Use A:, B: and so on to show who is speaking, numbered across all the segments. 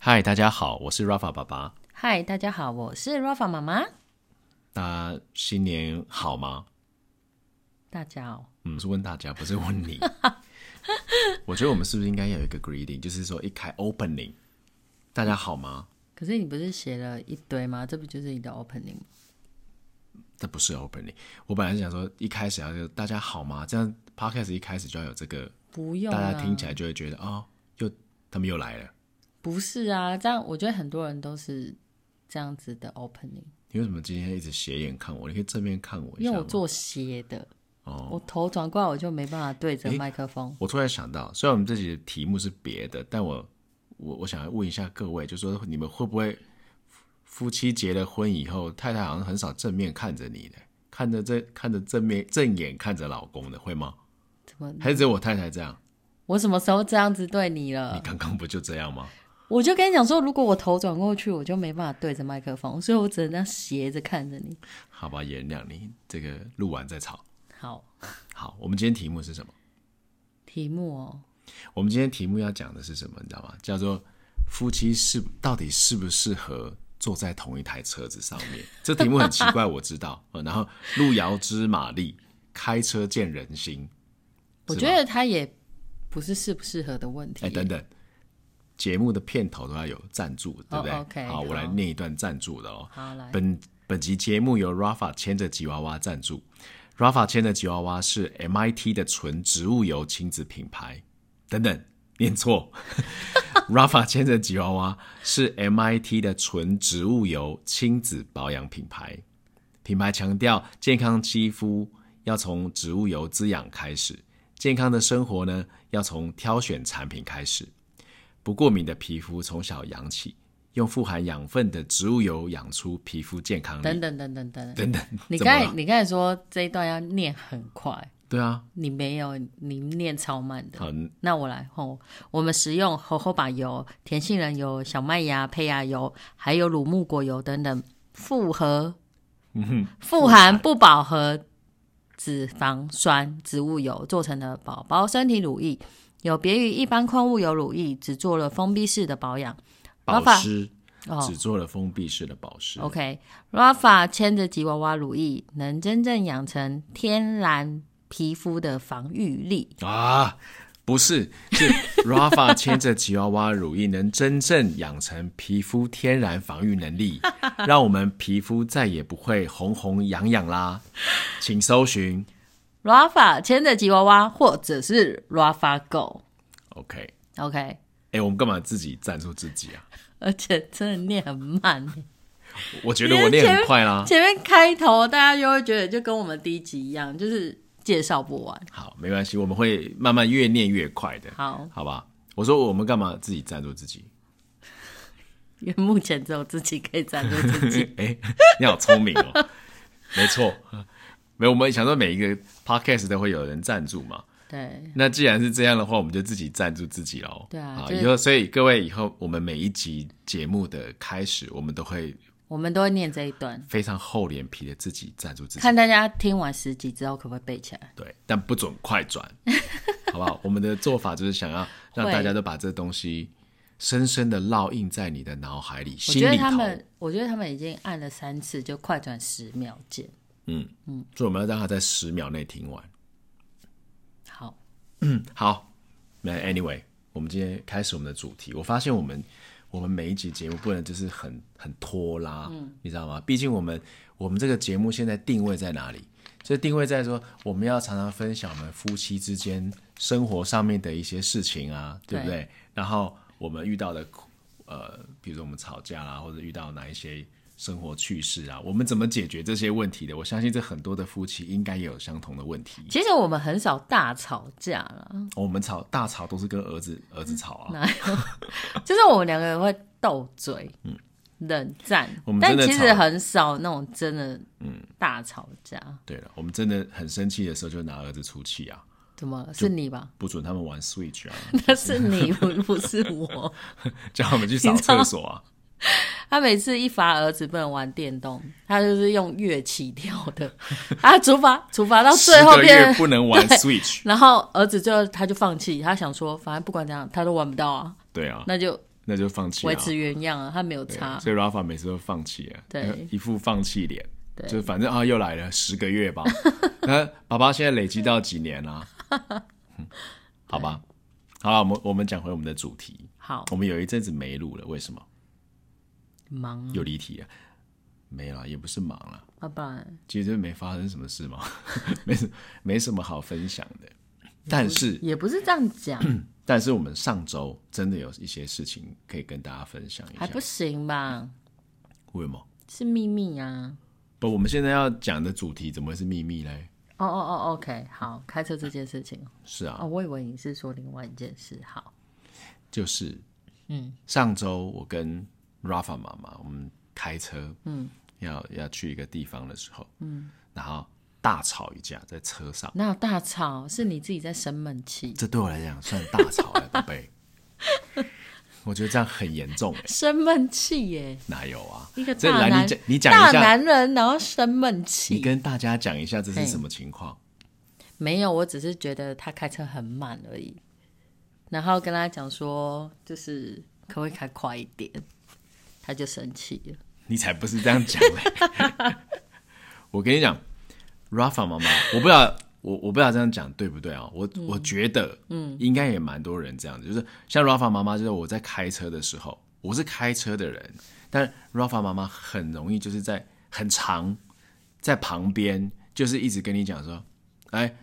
A: 嗨，大家好，我是 Rafa 爸爸。
B: 嗨，大家好，我是 Rafa 妈妈。
A: 大家新年好吗？
B: 大家哦，
A: 嗯，是问大家，不是问 你。我觉得我们是不是应该要有一个 greeting，就是说一开 opening，大家好吗？
B: 可是你不是写了一堆吗？这不就是你的 opening 吗？
A: 这不是 opening，我本来是想说一开始要就大家好吗？这样 podcast 一开始就要有这个，
B: 不用
A: 大
B: 啊，
A: 家听起来就会觉得哦，又他们又来了。
B: 不是啊，这样我觉得很多人都是这样子的 opening，
A: 你为什么今天一直斜眼看我？你可以正面看我一
B: 因
A: 下
B: 为
A: 吗。
B: 我做斜的，
A: 哦
B: 我头转过来我就没办法对着麦克风。
A: 我突然想到，虽然我们这集的题目是别的，但我我我想要问一下各位，就说你们会不会夫夫妻结了婚以后，太太好像很少正面看着你的，看着这看着正面正眼看着老公的，会吗？
B: 怎么？
A: 还是只有我太太这样？
B: 我什么时候这样子对你
A: 你
B: 了？
A: 刚刚不就这样吗？
B: 我就跟你讲说，如果我头转过去，我就没办法对着麦克风，所以我只能这样斜着看着你。
A: 好吧，原谅你，这个录完再吵。
B: 好，
A: 好，我们今天题目是什么？
B: 题目哦，
A: 我们今天题目要讲的是什么？你知道吗？叫做夫妻适到底适不适合坐在同一台车子上面？ 这题目很奇怪，我知道。呃然后路遥知马力，开车见人心。
B: 我
A: 是
B: 觉
A: 吧
B: 得它也不是适不适合的问题。
A: 哎，等等，节目的片头都要有赞助，对不对、
B: 哦，OK，
A: 好，我来
B: 好
A: 念一段赞助的哦。
B: 好来。
A: 本本集节目由 Rafa 牵着吉娃娃赞助。Rafa 牵着吉娃娃是 MIT 的纯植物油亲子品牌。等等，念错。Rafa 牵着吉娃娃是 MIT 的纯植物油亲子保养品牌。品牌强调健康肌肤要从植物油滋养开始，健康的生活呢要从挑选产品开始。不过敏的皮肤从小养起，用富含养分的植物油养出皮肤健康力。
B: 等等等等等
A: 等
B: 等，
A: 等，
B: 你
A: 啊怎么
B: 刚
A: 了
B: 才你刚才说这一段要念很快，
A: 对啊，
B: 你没有，你念超慢的。
A: 好，
B: 那我来吼，我们使用猴猴把油、甜杏仁油、小麦芽、胚芽油，还有乳木果油等等，复合
A: 嗯
B: 富含不饱和脂肪酸植物油做成的宝宝身体乳液，有别于一般矿物油乳液，只做了封闭式的保养。
A: 保
B: Rafa-
A: 湿
B: 哦，
A: 只做了封闭式的保湿。
B: OK，Rafa 牵着吉娃娃乳液，能真正养成天然皮肤的防御力。
A: 啊，不是， 是 Rafa 牵着吉娃娃乳液能真正养成皮肤天然防御能 力，让我们皮肤再也不会红红痒痒啦。请搜寻
B: Rafa 牵着吉娃娃，或者是 Rafa Go。
A: OK。
B: OK，
A: 哎、我们干嘛自己赞助自己啊？
B: 而且真的念很慢，
A: 我觉得我念很快啦。
B: 前面开头大家就会觉得就跟我们第一集一样，就是介绍不完。
A: 好，没关系，我们会慢慢越念越快的，
B: 好，
A: 好吧？我说我们干嘛自己赞助自己？
B: 因为目前只有自己可以赞助 自己。
A: 哎、你好聪明哦！没错，没有我们想说每一个 podcast 都会有人赞助嘛。
B: 对，
A: 那既然是这样的话，我们就自己赞助自己喽。
B: 对啊
A: 好
B: 就是
A: 以后所以各位以后我们每一集节目的开始，我们都会
B: 我们都会念这一段，
A: 非常厚脸皮的自己赞助自己，
B: 看大家听完十集之后可不可以背起来。
A: 对，但不准快 转，好不好？我们的做法就是想要让
B: 会
A: 大家都把这东西深深的烙印在你的脑海里、
B: 我
A: 心
B: 觉得
A: 里
B: 他
A: 头。
B: 们，我觉得他们已经按了三次，就快转十秒键。
A: 所以我们要让他在十秒内听完。
B: 好，
A: 嗯好，那 anyway，我们今天开始我们的主题。我发现我们我们每一集节目不能就是很很拖拉，你知道吗？毕竟我们我们这个节目现在定位在哪里？就定位在说我们要常常分享我们夫妻之间生活上面的一些事情啊，对不对？然后我们遇到的呃，比如说我们吵架啦、或者遇到哪一些。生活趣事啊，我们怎么解决这些问题的？我相信这很多的夫妻应该也有相同的问题。
B: 其实我们很少大吵架了，
A: 哦我们吵大吵都是跟儿子儿子吵
B: 嗯
A: 啊，
B: 就是我们两个人会斗嘴，嗯，冷战
A: 我们，真
B: 但
A: 的
B: 其实
A: 吵
B: 很少那种真的，嗯，大吵架。
A: 对了，我们真的很生气的时候就拿儿子出气啊，
B: 怎么了？是 你吧？
A: 不准他们 玩 Switch 啊，
B: 那是你，不不是我。
A: 叫他们去扫厕所啊。
B: 他每次一罚儿子不能玩电动，他就是用乐器跳 的，啊，处罚处罚到最后
A: 十个月
B: 变，
A: 不能玩
B: 对
A: Switch，
B: 然后儿子最后他就放弃，他想说，反正不管怎样他都玩不到啊，
A: 对啊，
B: 那就
A: 那就放弃
B: 维
A: 啊。
B: 持原样啊，它没有差。
A: 所以 Rafa 每次都放弃啊，
B: 对
A: 呃一副放弃脸，
B: 对
A: 就是反正啊又来了十个 月吧。那爸爸现在累积到几年啊？嗯好吧，好了，我们我们讲回我们的主题，
B: 好
A: 我们有一阵子没录了，为什么？
B: 忙
A: 有离题啊？没啦，也不是忙啦，
B: 啊，不然
A: 其实没发生什么事嘛， 没什没什么好分享的。但是
B: 也不是这样讲，
A: 但是我们上周真的有一些事情可以跟大家分享一
B: 还
A: 下，
B: 不行吧？
A: 为什么？
B: 是秘密啊。
A: 不，我们现在要讲的主题怎么会是秘密嘞？
B: 哦哦哦，OK，好，开车这件事情
A: 是啊，
B: 哦，我以为你是说另外一件事。好，
A: 就是，嗯，上周我跟 Rafa 妈妈我们开车，嗯，要要去一个地方的时候，嗯，然后大吵一架在车上，
B: 那大吵是你自己在生闷气，
A: 这对我来讲算大吵了，宝贝。我觉得这样很严重哎，
B: 生闷气耶，
A: 哪有啊？
B: 一个
A: 这
B: 大
A: 来
B: 男
A: 你讲，你讲
B: 大
A: 一下，
B: 男人，然后生闷
A: 你
B: 气。
A: 跟大家讲一下这是什么情况？
B: 没有，我只是觉得他开车很慢而已，然后跟他讲说，就是可不可以开快一点，他就生气了。
A: 你才不是这样讲嘞！ 我跟你讲，Rafa 妈妈，我不知道，我我不知道这样讲对不对啊？我、我觉得，嗯，应该也蛮多人这样子，就是像 Rafa 妈妈，就是我在开车的时候，我是开车的人，但 Rafa 妈妈很容易就是在很长在旁边，就是一直跟你讲说，哎，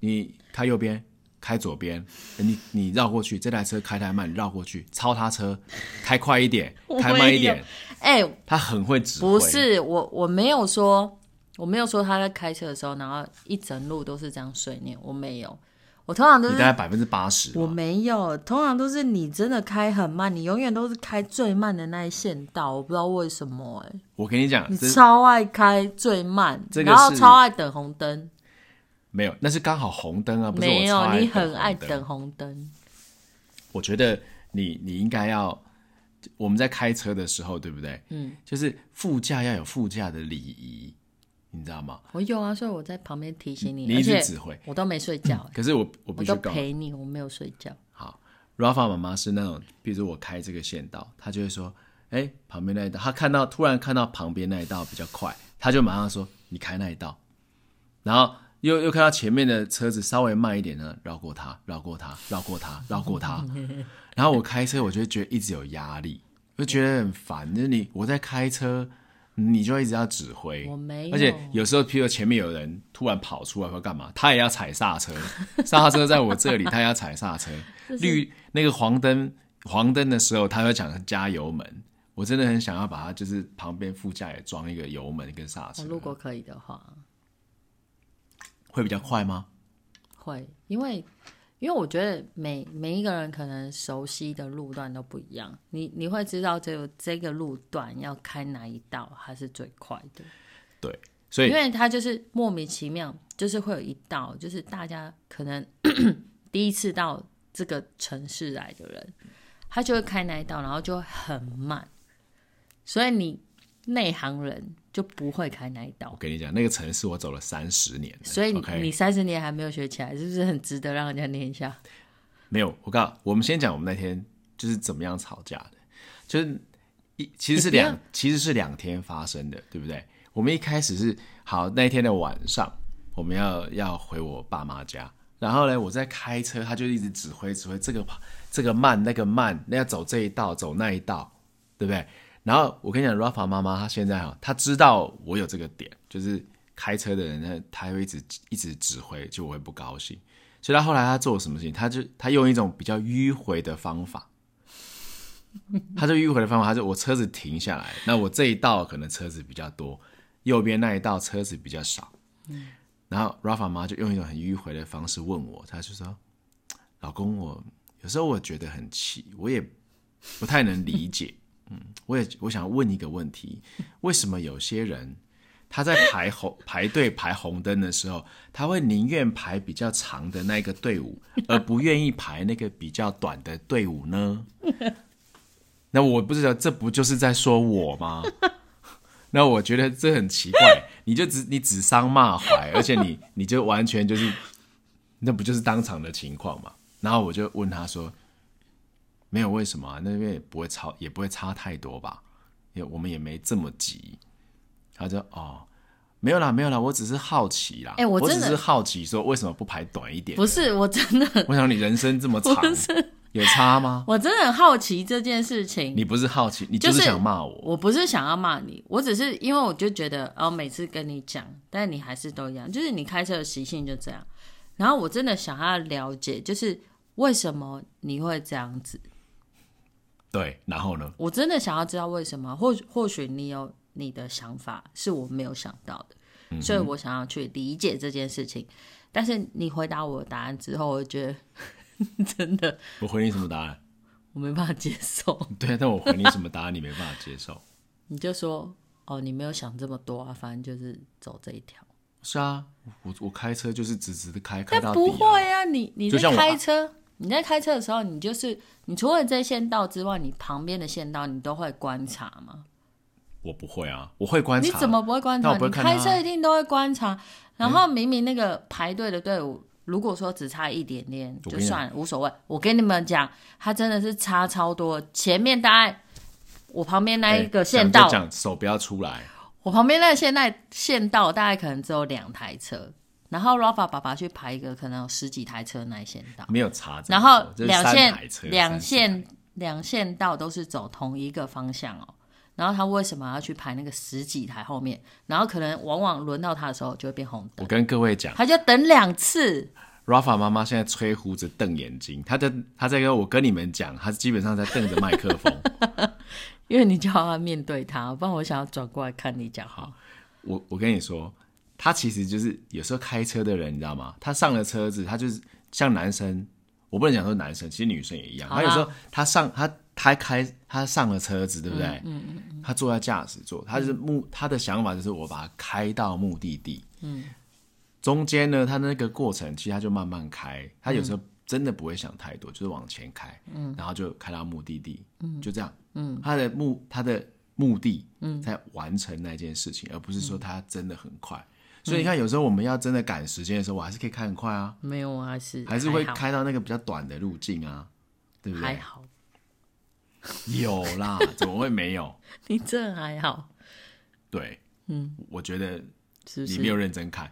A: 你开右边。开左边，你你绕过去，这台车开太慢，你绕过去，超他车，开快一点，开慢一
B: 我没
A: 点
B: 有，哎、
A: 他很会指挥，
B: 不是我，我没有说，我没有说他在开车的时候，然后一整路都是这样碎念，我没有，我通常都
A: 你
B: 是
A: 大概百分之八十
B: 我
A: 吧。
B: 没有，通常都是你真的开很慢，你永远都是开最慢的那一线道，我不知道为什么哎、
A: 我跟你讲，
B: 你
A: 这
B: 超爱开最慢，
A: 这个
B: 然后
A: 是
B: 超爱等红灯，
A: 没有，那是刚好红灯啊，不是我
B: 没有
A: 超，爱
B: 你很爱
A: 红灯
B: 等红灯，
A: 我觉得你你应该要，我们在开车的时候，对不对？嗯，就是副驾要有副驾的礼仪，你知道吗？
B: 我有啊，所以我在旁边提醒
A: 你
B: 而
A: 一
B: 且
A: 直指挥，嗯
B: 我都没睡觉、欸
A: 可是我我
B: 我
A: 必须
B: 都
A: 告
B: 陪你，我没有睡觉，
A: 好，Rafa 妈妈是那种，比如说我开这个线道，她就会说，哎、旁边那一道，她看到突然看到旁边那一道比较快，她就马上说你开那一道，然后又又看到前面的车子稍微慢一点呢，绕过它，绕过它，绕过它，绕过它，然后我开车我就觉得一直有压力，就觉得很烦，就是你我在开车。你就一直要指挥，
B: 我没有
A: 而且有时候，譬如前面有人突然跑出来或干嘛，他也要踩刹车， 刹车在我这里，他也要踩刹车。 绿那个黄灯黄灯的时候，他会讲加油门。我真的很想要把它，就是旁边副驾也装一个油门跟刹
B: 我
A: 车，
B: 如果可以的话
A: 会比较快吗？
B: 会，因为。因为我觉得每每一个人可能熟悉的路段都不一样，你你会知道这个这个路段要开哪一道，它是最快的。
A: 对，所以
B: 因为他就是莫名其妙，就是会有一道，就是大家可能 第一次到这个城市来的人，他就会开那一道，然后就会很慢，所以你内行人就不会开那一
A: 我
B: 道，
A: 跟你讲，那个城市我走了三十年了，
B: 所以你
A: OK
B: 你三十年还没有学起来，是不是很值得让人家念一下？
A: 没有，我告诉你我们先讲我们那天就是怎么样吵架的，就是一其实是
B: 哎你不要
A: 两其实是两天发生的，对不对？我们一开始是好那一天的晚上，我们要要回我爸妈家，然后呢，我在开车，他就一直指挥指挥这个这个慢那个慢，那要走这一道走那一道，对不对？然后我跟你讲，Rafa 妈妈她现在哈，她知道我有这个点，就是开车的人呢，她会一直一直指挥，就我会不高兴。所以她后来她做了什么事情？她就她用一种比较迂回的方法，她就迂回的方法，她就我车子停下来，那我这一道可能车子比较多，右边那一道车子比较少。然后 Rafa 妈就用一种很迂回的方式问我，她就说：“老公，我有时候我觉得很气，我也不太能理解。”嗯我也我想问一个问题：为什么有些人他在排红 排队排红灯的时候，他会宁愿排比较长的那个队伍，而不愿意排那个比较短的队伍呢？那我不知道，这不就是在说我吗？ 那我觉得这很奇怪，你就只你指桑骂槐，而且你你就完全就是，那不就是当场的情况嘛？然后我就问他说：“没有为什么、啊，那边也不会差，也不会差太多吧？也我们也没这么急。他就哦，没有啦，没有啦，我只是好奇啦。
B: 哎我
A: 我
B: 真
A: 只
B: 的
A: 是好奇说为什么不排短一点？
B: 不是，我真的，
A: 我想你人生这么长，
B: 不是，
A: 有差吗？
B: 我真的很好奇这件事情。
A: 你不是好奇，你
B: 就是
A: 是想骂我。
B: 我不是想要骂你，我只是因为我就觉得，哦，每次跟你讲，但你还是都一样，就是你开车的习性就这样。然后我真的想要了解，就是为什么你会这样子？
A: 对，然后呢？
B: 我真的想要知道为什么。或或许你有你的想法是我没有想到的，所以我想要去理解这件事情。但是你回答我的答案之后，我觉得真的
A: 我回你什么答案？
B: 我没办法接受。
A: 对，但我回你什么答案，你没办法接受。
B: 你就说哦，你没有想这么多啊，反正就是走这一条。
A: 是啊，我我开车就是直直的开，开
B: 但
A: 到
B: 不
A: 底、啊。
B: 会啊，你你
A: 就
B: 在
A: 像我
B: 开车，你在开车的时候，你就是你除了这线道之外，你旁边的线道你都会观察吗？
A: 我不会啊，我会观察。
B: 你怎么不会观
A: 那
B: 察？
A: 我不会
B: 你
A: 看嗯啊
B: 开车一定都会观察。然后明明那个排队的队伍，如果说只差一点点
A: 我
B: 就
A: 跟你讲
B: 算了，无所谓。我跟你们讲，它真的是差超多。前面大概我旁边那
A: 哎
B: 一个线
A: 讲
B: 道
A: 就，讲手不要出来，
B: 我旁边那个现代县道大概可能只有两台车，然后 Rafa 爸爸去排一个可能有十几台车的那一县道，
A: 没有查这么多。
B: 然后
A: 这是
B: 两
A: 三
B: 线
A: 台车
B: 两
A: 三四
B: 线两线道都是走同一个方向哦。然后他为什么要去排那个十几台后面？然后可能往往轮到他的时候就会变红
A: 我
B: 灯，
A: 跟各位讲
B: 他就等两次。
A: ，Rafa 妈妈现在吹胡子瞪眼睛，她在她在跟我跟你们讲，她基本上在瞪着麦克风。
B: 因为你叫他面对他，不然我想要转过来看你讲话。
A: 我我跟你说，他其实就是有时候开车的人，你知道吗？他上了车子，他就是像男生，我不能讲说男生，其实女生也一样。
B: 好啦
A: 他有时候他上他他开他上了车子，对不对？嗯嗯他坐在驾驶座，他就是目、他的想法就是我把它开到目的地。嗯。中间呢，他那个过程其实他就慢慢开，他有时候真的不会想太多，就是往前开，嗯，然后就开到目的地，嗯，就这样，嗯，他的目他的目的，嗯，在完成那件事情，而不是
B: 嗯
A: 说他真的很快。所以你看，有时候我们要真的赶时间的时候，我还是可以开很快啊，
B: 没有啊，还是
A: 还是会
B: 好
A: 开到那个比较短的路径啊，对不
B: 还
A: 对？
B: 好，
A: 有啦， 怎么会没有？
B: 你这还好，
A: 对，嗯，我觉得
B: 是不
A: 你
B: 是？
A: 没有认真看，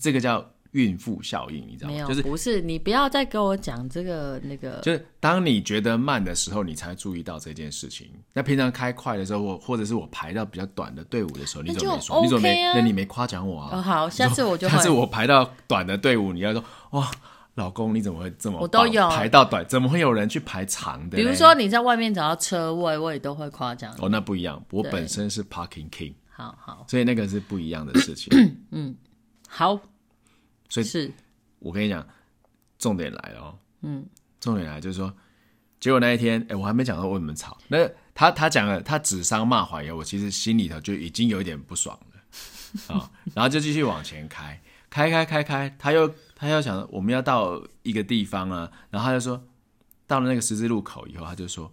A: 这个叫孕妇效应，你知道
B: 没
A: 吗？
B: 有，
A: 就是
B: 不是你不要再跟我讲这个那个，
A: 就是当你觉得慢的时候，你才注意到这件事情。那平常开快的时候，我或者是我排到比较短的队伍的时候，你怎么没说？
B: 那就
A: 你怎么
B: OK
A: 没？
B: 啊
A: 那你没夸奖我啊？
B: 哦，好，下次我就
A: 下次
B: 会。
A: 我排到短的队伍，你要说哇，老公你怎么会这么棒
B: 我都有
A: 排到短，怎么会有人去排长的？
B: 比如，说你在外面找到车位，我也都会夸奖。
A: 哦，那不一样，我
B: 对
A: 本身是 parking king，
B: 好好
A: 所以那个是不一样的事情。
B: 好，
A: 所以
B: 是
A: 我跟你讲，重点来了哦，嗯，重点来就是说，结果那一天，哎，我还没讲到为什么吵，那他他讲了，他指桑骂槐以啊后，我其实心里头就已经有一点不爽了啊、然后就继续往前开，开开开开，他又他又想我们要到一个地方啊，然后他就说到了那个十字路口以后，他就说，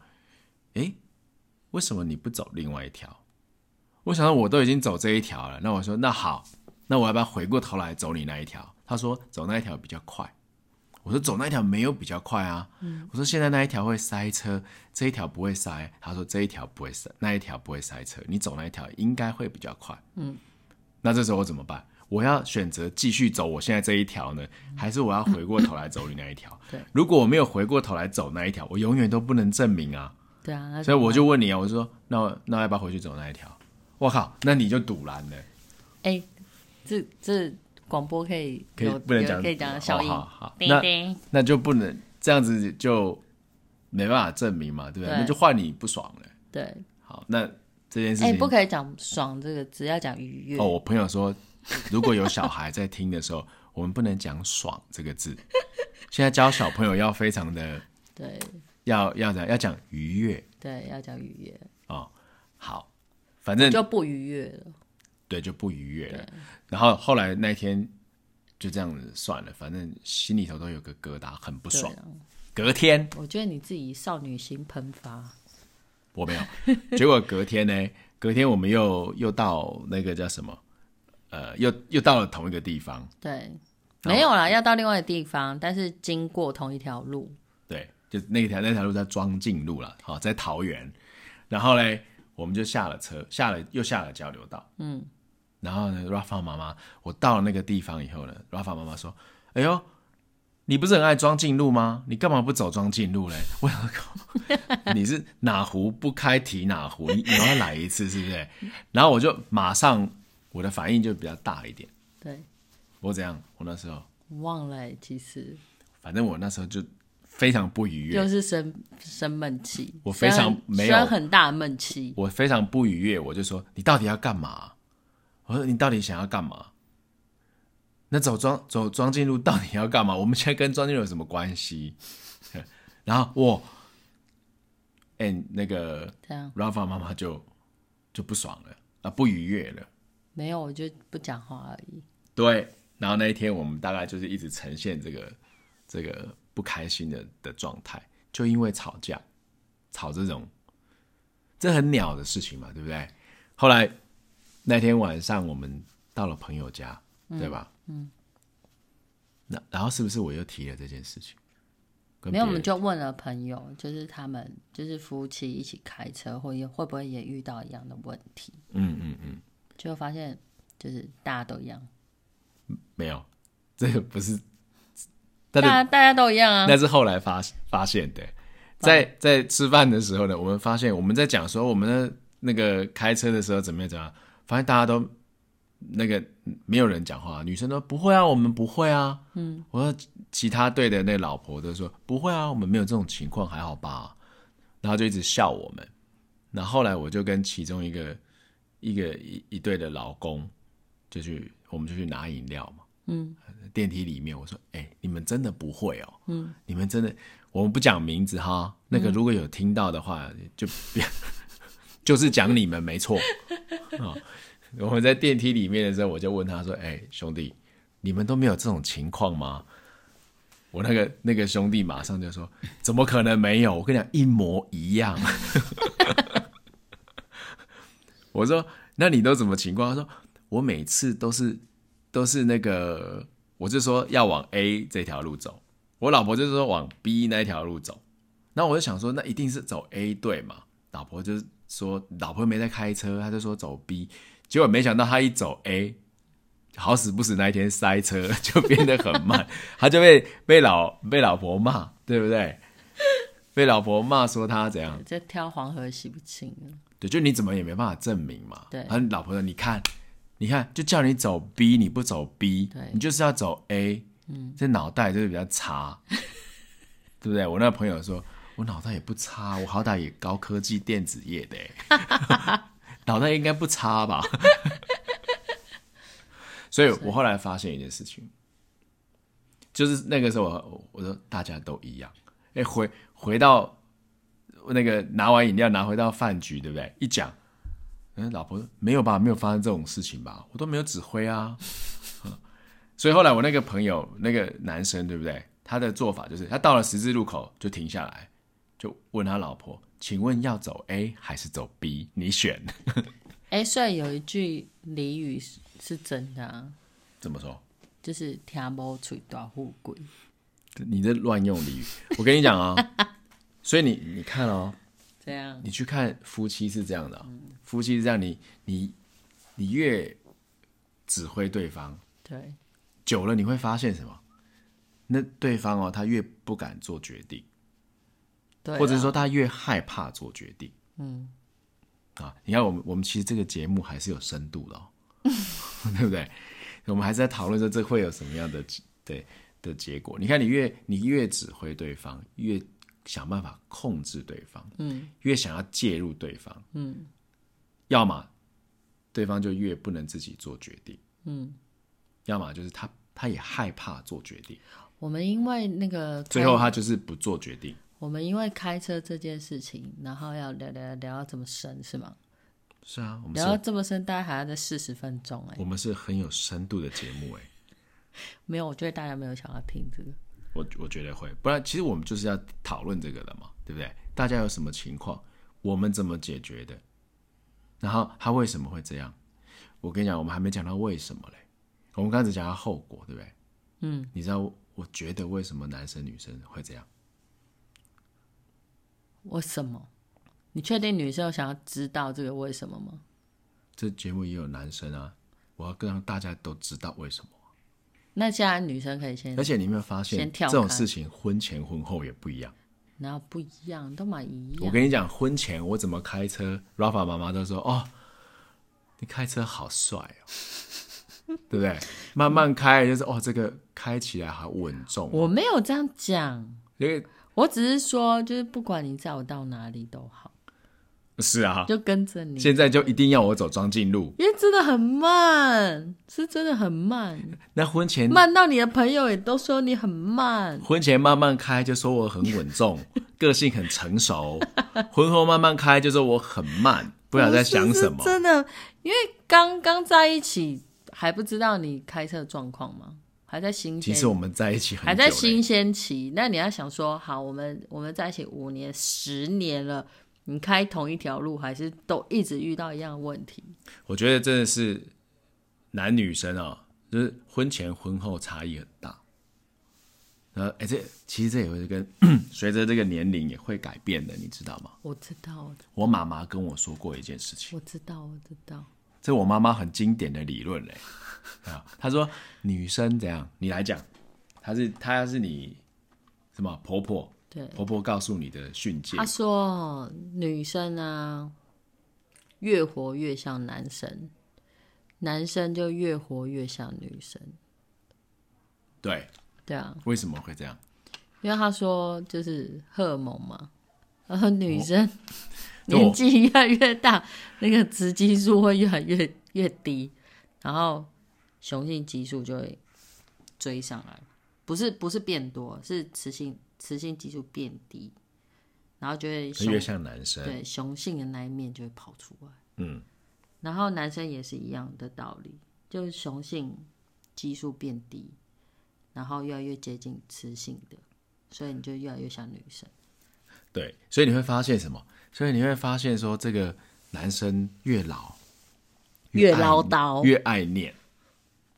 A: 哎，为什么你不走另外一条？我想到我都已经走这一条了，那我说那好，那我要不要回过头来走你那一条？他说走那一条比较快。我说走那一条没有比较快啊。我说现在那一条会塞车，这一条不会塞。他说这一条不会塞，那一条不会塞车，你走那一条应该会比较快。嗯，那这时候我怎么办？我要选择继续走我现在这一条呢，还是我要回过头来走你那一条？
B: 对，
A: 如果我没有回过头来走那一条，我永远都不能证明啊。
B: 对啊，那
A: 所以我就问你啊，我就说那那要不要回去走那一条？我靠，那你就堵拦了，
B: 哎，这这广播可以
A: 可以
B: 有
A: 不能
B: 有
A: 讲
B: 可以讲效
A: 好
B: 应
A: 好，好，
B: 叮
A: 那
B: 叮，
A: 那就不能这样子就没办法证明嘛，对不对？
B: 对
A: 那就换你不爽了。
B: 对，
A: 好，那这件事
B: 哎，
A: 情
B: 不，可以讲爽这个，只要讲愉悦
A: 哦，。我朋友说，如果有小孩在听的时候， 我们不能讲“爽”这个字。现在教小朋友要非常的
B: 对
A: 要要讲要讲愉悦
B: 对，要讲愉悦，
A: 哦。好，反正
B: 就不愉悦了。
A: 对，就不愉悦了。然后后来那天就这样子算了，反正心里头都有个疙瘩，很不
B: 对
A: 爽。
B: 啊，
A: 隔天
B: 我觉得你自己少女心喷发，
A: 我没有，结果隔天呢，隔天我们又又到那个叫什么，呃，又又到了同一个地方，
B: 对，没有啦，要到另外的地方，但是经过同一条路，
A: 对。就那条那条路叫庄敬路了，好，在桃园。然后嘞，我们就下了车，下了又下了交流道，嗯。然后呢，Rafa 妈妈，我到了那个地方以后呢，Rafa 妈妈说：“哎呦，你不是很爱庄敬路吗？你干嘛不走庄敬路嘞？”我想说，你是哪壶不开提哪壶，你你要来一次是不是？然后我就马上我的反应就比较大一点，
B: 对，
A: 我怎样？我那时候
B: 忘了欸、其实
A: 反正我那时候就非常不愉悦，
B: 又是生生闷气，
A: 我非常
B: 虽然
A: 没有
B: 虽然很大的闷气，
A: 我非常不愉悦，我就说你到底要干嘛？我说你到底想要干嘛？那走庄走庄进路到底要干嘛？我们现在跟庄进路有什么关系？ 然后我，哎、那个
B: 这样
A: Rafa 妈妈就就不爽了啊，不愉悦了。
B: 没有我就不讲话而已。
A: 对，然后那一天我们大概就是一直呈现这个这个不开心的的状态，就因为吵架，吵这种这很鸟的事情嘛，对不对？后来那天晚上我们到了朋友家，对吧？嗯。那然后是不是我又提了这件事情？跟
B: 没有，我
A: 别
B: 们
A: 人
B: 就问了朋友，就是他们就是夫妻一起开车，会会不会也遇到一样的问题？
A: 嗯嗯嗯，
B: 就发现就是大家都一样，
A: 没有，这个不是，
B: 大
A: 但是
B: 家大家都一样啊。
A: 那是后来发发现的，在在吃饭的时候呢，我们发现我们在讲说我们的那个开车的时候怎么样怎么样，发现大家都那个没有人讲话，女生说不会啊，我们不会啊，嗯，我说其他队的那老婆都说不会啊，我们没有这种情况，还好吧，然后就一直笑我们，然后后来我就跟其中一个一个一一对的老公就去，我们就去拿饮料嘛。电梯里面，我说：“哎、你们真的不会哦，嗯，你们真的，我们不讲名字哈，那个如果有听到的话，就别， 就是讲你们没错啊。我们在电梯里面的时候，我就问他说：‘哎、兄弟，你们都没有这种情况吗？’我那个那个兄弟马上就说：‘怎么可能没有？我跟你讲，一模一样。’我说：“那你都什么情况？”他说：“我每次都是都是那个，我就说要往 A 这条路走，我老婆就是说往 B 那条路走。那我就想说，那一定是走 A 对嘛？老婆就是说，老婆没在开车，她就说走 B。结果没想到她一走 A，好死不死那一天塞车， 就变得很慢，她就被被老被老婆骂，对不对？被老婆骂说她怎样？
B: 这挑黄河洗不清啊，
A: 对，就你怎么也没办法证明嘛。
B: 对
A: 然后你老婆说：“你看，你看，就叫你走 B，你不走 B，
B: 对
A: 你就是要走 A。”嗯，这脑袋就是比较差，对不对？我那个朋友说：“我脑袋也不差，我好歹也高科技电子业的欸，脑袋应该不差吧？”所以我后来发现一件事情，就是那个时候我我说大家都一样，哎，回回到那个拿完饮料拿回到饭局，对不对？一讲，嗯，老婆说没有吧，没有发生这种事情吧，我都没有指挥啊。 所以后来我那个朋友，那个男生，对不对？他的做法就是，他到了十字路口就停下来，就问他老婆：“请问要走 A 还是走 B？你选。
B: 哎，所以有一句俚语是是真的啊，”
A: 怎么说？
B: 就是“听无嘴大富贵
A: 你这乱用俚语，我跟你讲啊、 所以你你看哦，”，
B: 这样
A: 你去看夫妻是这样的啊、夫妻是这样，你你你越指挥对方，
B: 对
A: 久了你会发现什么？那对方哦，他越不敢做决定，
B: 对啊，
A: 或者是说他越害怕做决定。嗯，啊，你看我们我们其实这个节目还是有深度的、 哦，对不对？我们还是在讨论说这会有什么样的对的结果。你看，你越你越指挥对方，越想办法控制对方，嗯，越想要介入对方，嗯，要么对方就越不能自己做决定，嗯，要么就是他他也害怕做决定，
B: 我们因为那个
A: 最后他就是不做决定。
B: 我们因为开车这件事情，然后要聊聊聊到这么深是吗？
A: 是啊，我们
B: 聊
A: 是
B: 到这么深，大概还要再四十分钟哎、
A: 我们是很有深度的节目哎、
B: 没有，我觉得大家没有想要听这个。
A: 我我觉得会，不然其实我们就是要讨论这个的嘛，对不对？大家有什么情况，我们怎么解决的？然后他为什么会这样？我跟你讲，我们还没讲到为什么嘞。我们刚才只讲到后果，对不对？嗯，你知道我觉得为什么男生女生会这样？
B: 为什么？你确定女生有想要知道这个为什么吗？
A: 这节目也有男生啊，我要让大家都知道为什么。
B: 那现在女生可以先
A: 而，且你有没有发现
B: 先，跳
A: 这
B: 开
A: 种事情婚前婚后也不一样。
B: 然后不一样，都蛮一
A: 我
B: 样。
A: 跟你讲，婚前我怎么开车，Rafa 妈妈都说：“哦，你开车好帅 哦，对不对？”慢慢开就是哦，这个开起来好稳重哦，
B: 我没有这样讲，
A: 因为
B: 我只是说，就是不管你载我到哪里都好，
A: 是啊，
B: 就跟着你，
A: 现在就一定要我走庄敬路。
B: 因为真的很慢，是真的很慢，
A: 那婚前
B: 慢到你的朋友也都说你很慢。
A: 婚前慢慢开就说我很稳 重，个性很成熟；婚后慢慢开就说我很慢，不知道在想什么
B: 是。真的，因为刚刚在一起还不知道你开车的状况吗？还在新
A: 其
B: 鲜，
A: 实我们在一起很久
B: 还在
A: 了
B: 新鲜期。那你要想说，好，我们我们在一起五年、十年了，你开同一条路，还是都一直遇到一样的问题？
A: 我觉得真的是男女生啊、就是婚前婚后差异很大。呃，哎，这其实这也会跟 随着这个年龄也会改变的，你知道吗？
B: 我知道，我知
A: 我妈妈跟我说过一件事情，
B: 我知道，我知道。
A: 这我妈妈很经典的理论嘞。啊，她说女生怎样，你来讲，她是她要是你什么婆婆，
B: 对
A: 婆婆告诉你的训诫
B: 他，说，女生啊，越活越像男生，男生就越活越像女生。
A: 对，
B: 对啊，
A: 为什么会这样？
B: 因为他说就是荷尔蒙嘛， 然后女生
A: 哦对
B: 年纪越来越大，那个雌激素会越来越越低，然后雄性激素就会追上来，不是不是变多，是雌性雌性激素变低，然后就会雄
A: 越像男生，
B: 对雄性的那一面就会跑出来，
A: 嗯，
B: 然后男生也是一样的道理，就是雄性激素变低，然后越来越接近雌性的，所以你就越来越像女生。
A: 对，所以你会发现什么？所以你会发现说，这个男生越老
B: 越
A: 爱
B: 唠叨
A: 越爱念，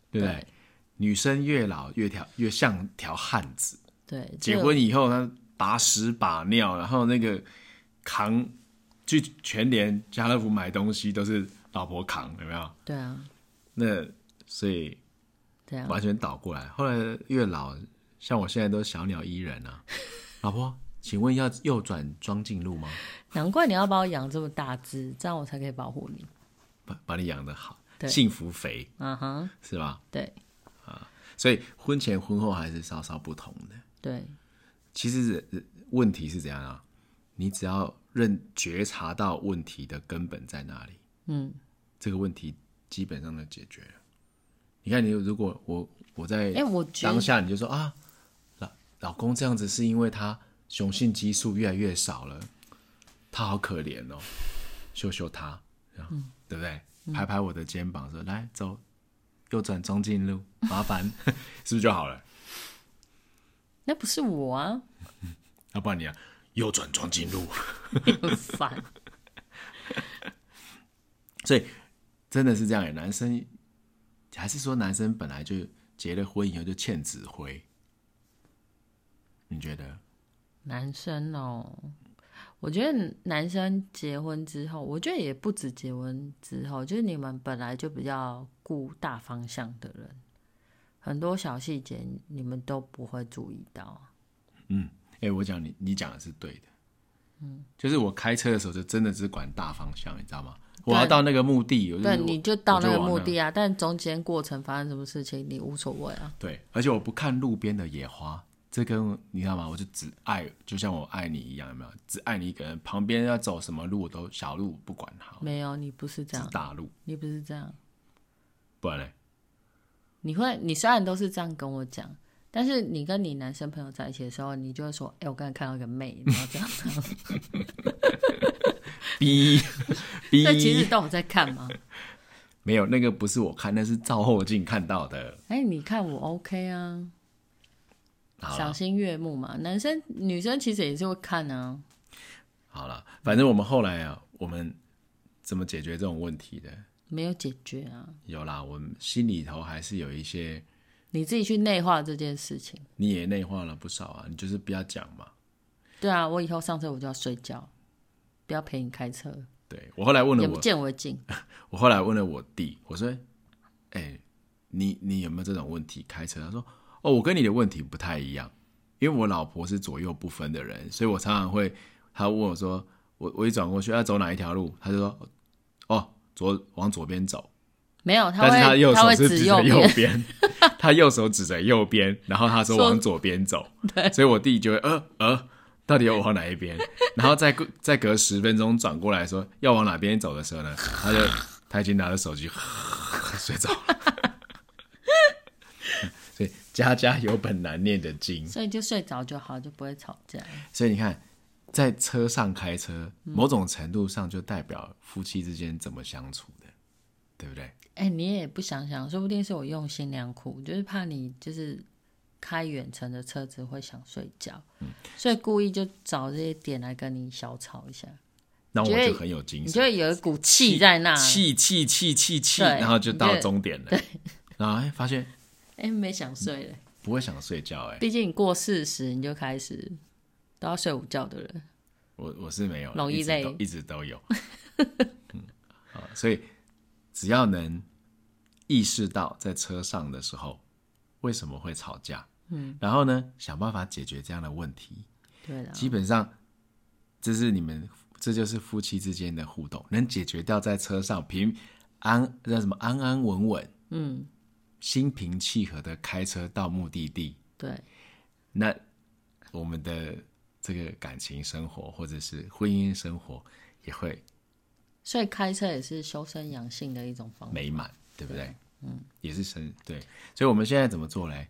A: 对不对？
B: 对
A: 女生越老越条越像条汉子，
B: 对，
A: 结
B: 这
A: 婚以后她把屎把尿，然后那个扛去全联家乐福买东西都是老婆扛，有没有？
B: 对啊，
A: 那所以
B: 对啊，
A: 完全倒过来。后来越老，像我现在都小鸟依人啊，老婆，请问要右转庄进路吗？
B: 难怪你要把我养这么大只，这样我才可以保护你。
A: 把把你养得好，
B: 对
A: 幸福肥
B: 嗯哼，
A: 是吧？
B: 对
A: 所以婚前婚后还是稍稍不同的。
B: 对
A: 其实呃问题是怎样啊？你只要认觉察到问题的根本在哪里，
B: 嗯，
A: 这个问题基本上就解决了。你看，你如果我我在
B: 哎、我觉
A: 当
B: 得
A: 下你就说啊，老老公这样子是因为他雄性激素越来越少了，他好可怜哦，秀秀他，然后对不对？拍拍我的肩膀说：“来，走，右转中进路，麻烦，是不是就好了？
B: 那不是我啊，
A: 要不然你啊，右转中进路。
B: 你很烦。
A: 所以真的是这样耶，男生还是说男生本来就结了婚以后就欠指挥？你觉得？
B: 男生哦，我觉得男生结婚之后，我觉得也不止结婚之后，就是你们本来就比较顾大方向的人，很多小细节你们都不会注意到。
A: 哎、我讲你，你讲的是对的。嗯，就是我开车的时候，就真的只管大方向，你知道吗？我要到那个目的，我就
B: 对，你就到那
A: 我
B: 个
A: 往
B: 目的啊，但中间过程发生什么事情你无所谓啊。
A: 对，而且我不看路边的野花，这跟你知道吗？我就只爱，就像我爱你一样，有没有？只爱你一个人，旁边要走什么路我都小路不管它，
B: 没有，你不是这
A: 是
B: 样，
A: 大路，
B: 你不是这样。
A: 不然嘞，
B: 你会，你虽然都是这样跟我讲，但是你跟你男生朋友在一起的时候，你就会说：“哎、我刚才看到一个妹，然后这样。”
A: 逼逼
B: 但其实都有在看嘛。
A: 没有那个不是我看，那是照后镜看到的。
B: 哎、你看我 OK 啊，
A: 好了
B: 赏心悦目嘛。男生女生其实也是会看啊，
A: 好了，反正我们后来啊，我们怎么解决这种问题的？
B: 没有解决啊，
A: 有啦，我们心里头还是有一些，
B: 你自己去内化这件事情。
A: 你也内化了不少啊。你就是不要讲嘛，
B: 对啊，我以后上车我就要睡觉，不要陪你开车，
A: 对我后来问了
B: 眼不
A: 我，
B: 见为净。
A: 我后来问了我弟，我说：“哎、你你有没有这种问题？开车？”他说：“哦，我跟你的问题不太一样，因为我老婆是左右不分的人，所以我常常会，她问我说，我我一转过去要走哪一条路，她就说，哦，左往左边走，
B: 没有，他
A: 但是她
B: 会
A: 右
B: 他
A: 手
B: 会
A: 是
B: 指
A: 指着右
B: 边，
A: 边，她右手指着右边，然后她说
B: 说
A: 往左边走，所以我弟就会呃呃，到底要往哪一边？然后再过再隔十分钟转过来说要往哪边走的时候呢，他就他已经拿着手机睡着了。 所以家家有本难念的经，
B: 所以就睡着就好，就不会吵架。
A: 所以你看，在车上开车，某种程度上就代表夫妻之间怎么相处的，对不对？
B: 哎、你也不想想，说不定是我用心良苦，就是怕你就是开远程的车子会想睡觉，
A: 嗯
B: 所以故意就找这些点来跟你小吵一下，
A: 那我
B: 觉得
A: 就很有精
B: 你
A: 神
B: 就。会有一股气在那。
A: 气气气气气，
B: 啊对
A: 然后就
B: 你
A: 到
B: 就
A: 终点了。然后哎，发现
B: 哎、没想睡了，
A: 不会想睡觉哎、
B: 毕竟你过四十你就开始都要睡午觉的人。
A: 我我是没有，
B: 容易
A: 一直
B: 累
A: 都一直都有。 嗯，好，所以只要能意识到在车上的时候为什么会吵架，嗯，然后呢，想办法解决这样的问题，
B: 对啦，
A: 基本上这是你们，这就是夫妻之间的互动，能解决掉在车上平安叫什么安安稳稳，
B: 嗯，
A: 心平气和的开车到目的地，
B: 对，
A: 那我们的这个感情生活或者是婚姻生活也会
B: 所以开车也是修身养性的一种方法。
A: 美满，对不对？嗯，也是生对，所以我们现在怎么做嘞？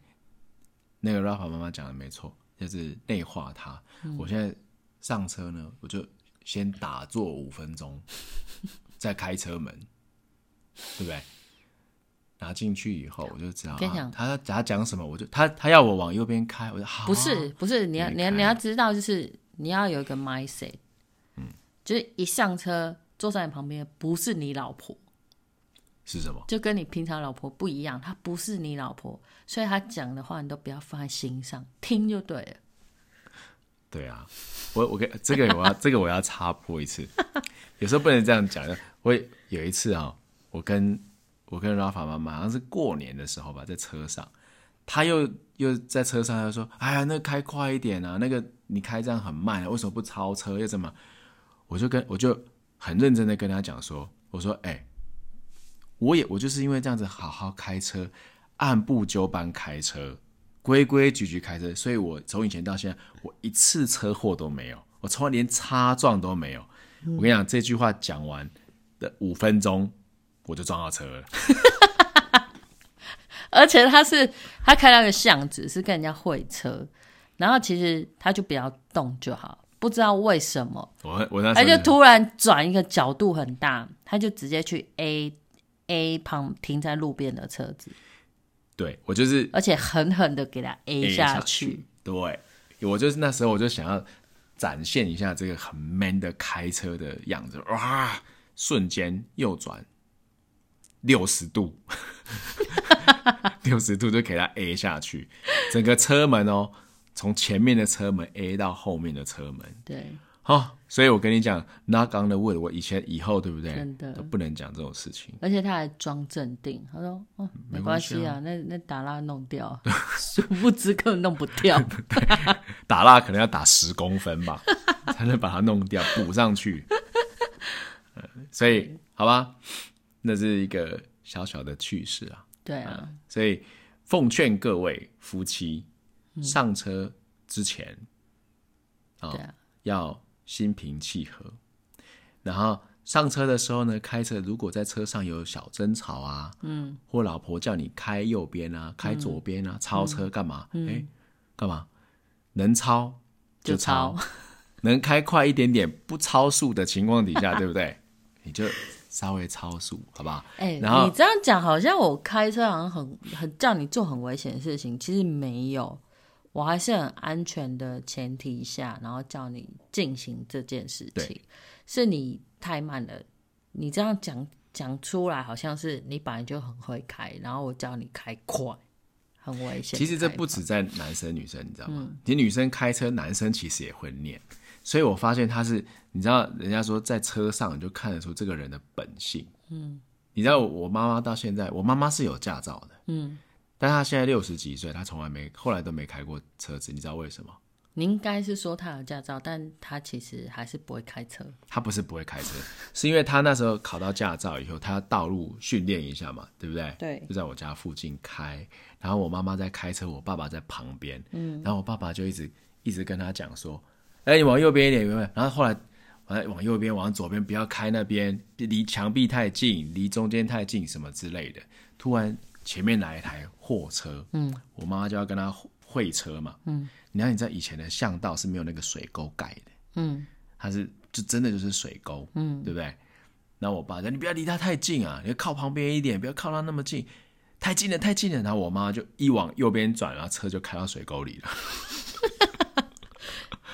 A: 那个 Rafa 妈妈讲的没错，就是内化它。
B: 嗯
A: 我现在上车呢，我就先打坐五分 钟，再开车门，对不对？拿进去以后，我就知道、
B: 跟你讲
A: 啊、他他讲什么，我就他他要我往右边开，我就啊好。
B: 不是不是，你要
A: 没
B: 你要
A: 开
B: 你要知道，就是你要有一个 mindset，嗯，就是一上车坐在你旁边不是你老婆，
A: 是什么？
B: 就跟你平常老婆不一样，她不是你老婆，所以她讲的话你都不要放在心上，听就对了。
A: 对啊，我我跟这个我要 这个我要插播一次，有时候不能这样讲。我有一次啊、我跟我跟 Rafa 妈妈好像是过年的时候吧，在车上，她又又在车上，她就说：“哎呀，那开快一点啊，那个你开这样很慢、啊，为什么不超车？又怎么？”我就跟我就很认真的跟她讲说：“我说，哎、我也我就是因为这样子好好开车，按部就班开车，规规矩矩开车，所以我从以前到现在，我一次车祸都没有，我从来连擦撞都没有。我跟你讲，这句话讲完的五分钟，我就撞到车了。
B: 而且她是她开那个巷子是跟人家会车，然后其实她就不要动就好，不知道为什么
A: 我我那时
B: 他
A: 候
B: 哎就突然转一个角度很大，他就直接去 A A 旁停在路边的车子，
A: 对我就是
B: 而且狠狠的给他 A 下去。
A: 去。对，我就是那时候我就想要展现一下这个很 man 的开车的样子，哇！瞬间右转六十度， 六十度就给它 A 下去，整个车门哦，从前面的车门 A 到后面的车门，
B: 对，
A: 好、所以我跟你讲，knock on the wood，我以前以后对不对，
B: 真的
A: 都不能讲这种事情。
B: 而且他还装镇定，他说：“哦，没关系啊，那那打蜡弄掉， 殊不知根本弄不 掉。
A: 打蜡可能要打十公分吧，才能把它弄掉，补上去。呃所以，好吧，那是一个小小的趣事啊。”
B: 对啊，
A: 所以，奉劝各位夫妻上车之前啊、
B: 嗯对啊
A: 要心平气和。然后上车的时候呢，开车如果在车上有小争吵啊，嗯，或老婆叫你开右边啊，开左边
B: 嗯
A: 啊，超车干嘛？哎、干嘛？能超
B: 就
A: 超
B: 超，
A: 能开快一点点，不超速的情况底下，对不对？你就稍微超速，好不好？
B: 哎、
A: 然后
B: 你这样讲好像我开车好像很很叫你做很危险的事情，其实没有，我还是很安全的前提下，然后叫你进行这件事情
A: 对，
B: 是你太慢了。你这样讲讲出来，好像是你本来就很会开，然后我叫你开快，很危险。哎
A: 其实这不止在男生女生，你知道吗？你女生开车，男生其实也会念。所以我发现他是，你知道，人家说在车上你就看得出这个人的本性。嗯，你知道我妈妈到现在，我妈妈是有驾照的，
B: 嗯，
A: 但她现在六十几岁，她从来没，后来都没开过车子，你知道为什么？
B: 你应该是说他有驾照，但他其实还是不会开车。
A: 她不是不会开车，是因为她那时候考到驾照以后，她要道路训练一下嘛，对不对？
B: 对
A: 就在我家附近开，然后我妈妈在开车，我爸爸在旁边，嗯，然后我爸爸就一直一直跟她讲说，哎、你往右边一点，有没有？然后后来往往右边，往左边，不要开那边，离墙壁太近，离中间太近，什么之类的。突然前面来一台货车，嗯，我妈妈就要跟他会车嘛，嗯，然后你知道以前的巷道是没有那个水沟盖的，
B: 嗯，
A: 它是就真的就是水沟，嗯，对不对？然后我爸说：“你不要离他太近啊，你就靠旁边一点，不要靠他那么近，太近了，太近了。”然后我妈就一往右边转，然后车就开到水沟里了。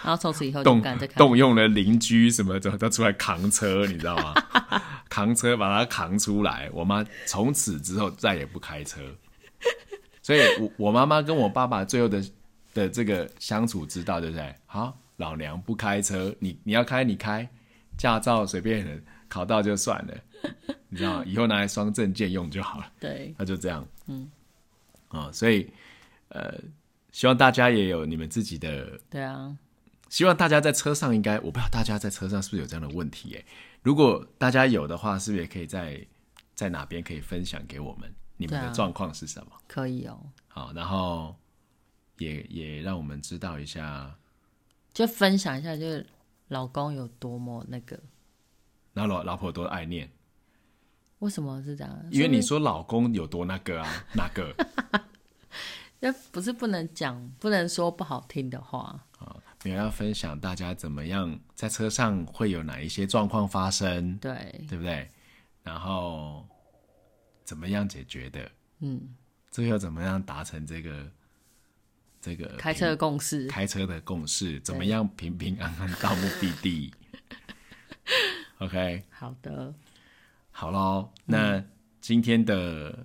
B: 然后从此以后就
A: 动
B: 不敢再开。
A: 动用了邻居什么的都出来扛车，你知道吗？ 扛车把它扛出来。我妈从此之后再也不开车，所以我我妈妈跟我爸爸最后的的这个相处之道，对不对？好，老娘不开车，你你要开你开，驾照随便人考到就算了，你知道吗？以后拿来双证件用就好了。
B: 对，
A: 那就这样，嗯，啊、所以呃，希望大家也有你们自己的
B: 对啊，
A: 希望大家在车上应该，我不知道大家在车上是不是有这样的问题耶？欸如果大家有的话，是不是也可以在在哪边可以分享给我们你们
B: 对
A: 的
B: 啊
A: 状况是什么？
B: 可以哦。
A: 好，然后也也让我们知道一下。
B: 就分享一下，就是老公有多么那个，
A: 然后老老婆多爱念，
B: 为什么是这样？
A: 因为你说老公有多那个啊，那个
B: 那不是不能讲，不能说不好听的话。
A: 啊，没有要分享大家怎么样在车上会有哪一些状况发生，
B: 对，
A: 对不对？然后怎么样解决的？
B: 嗯，
A: 最后怎么样达成这个这个
B: 开车的共识，
A: 开车的共识？怎么样平平安安到目的地？OK，
B: 好的，
A: 好喽，那
B: 嗯
A: 今天的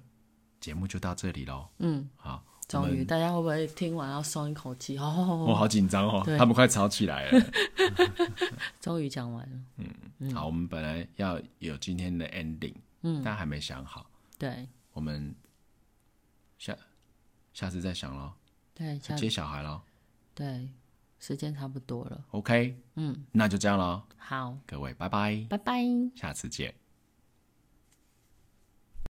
A: 节目就到这里喽。
B: 嗯，
A: 好，
B: 终于，大家会不会听完要松一口气？
A: 我
B: 哦，
A: 好紧张哦
B: 对，
A: 他们快吵起来了。
B: 终于讲完了。嗯
A: 好，我们本来要有今天的 ending，嗯，但还没想好，
B: 对
A: 我们下下次再想喽，
B: 对，下
A: 接小孩喽。
B: 对，时间差不多了。
A: OK，
B: 嗯，
A: 那就这样喽，
B: 好，
A: 各位，拜拜，
B: 拜拜。
A: 下次见。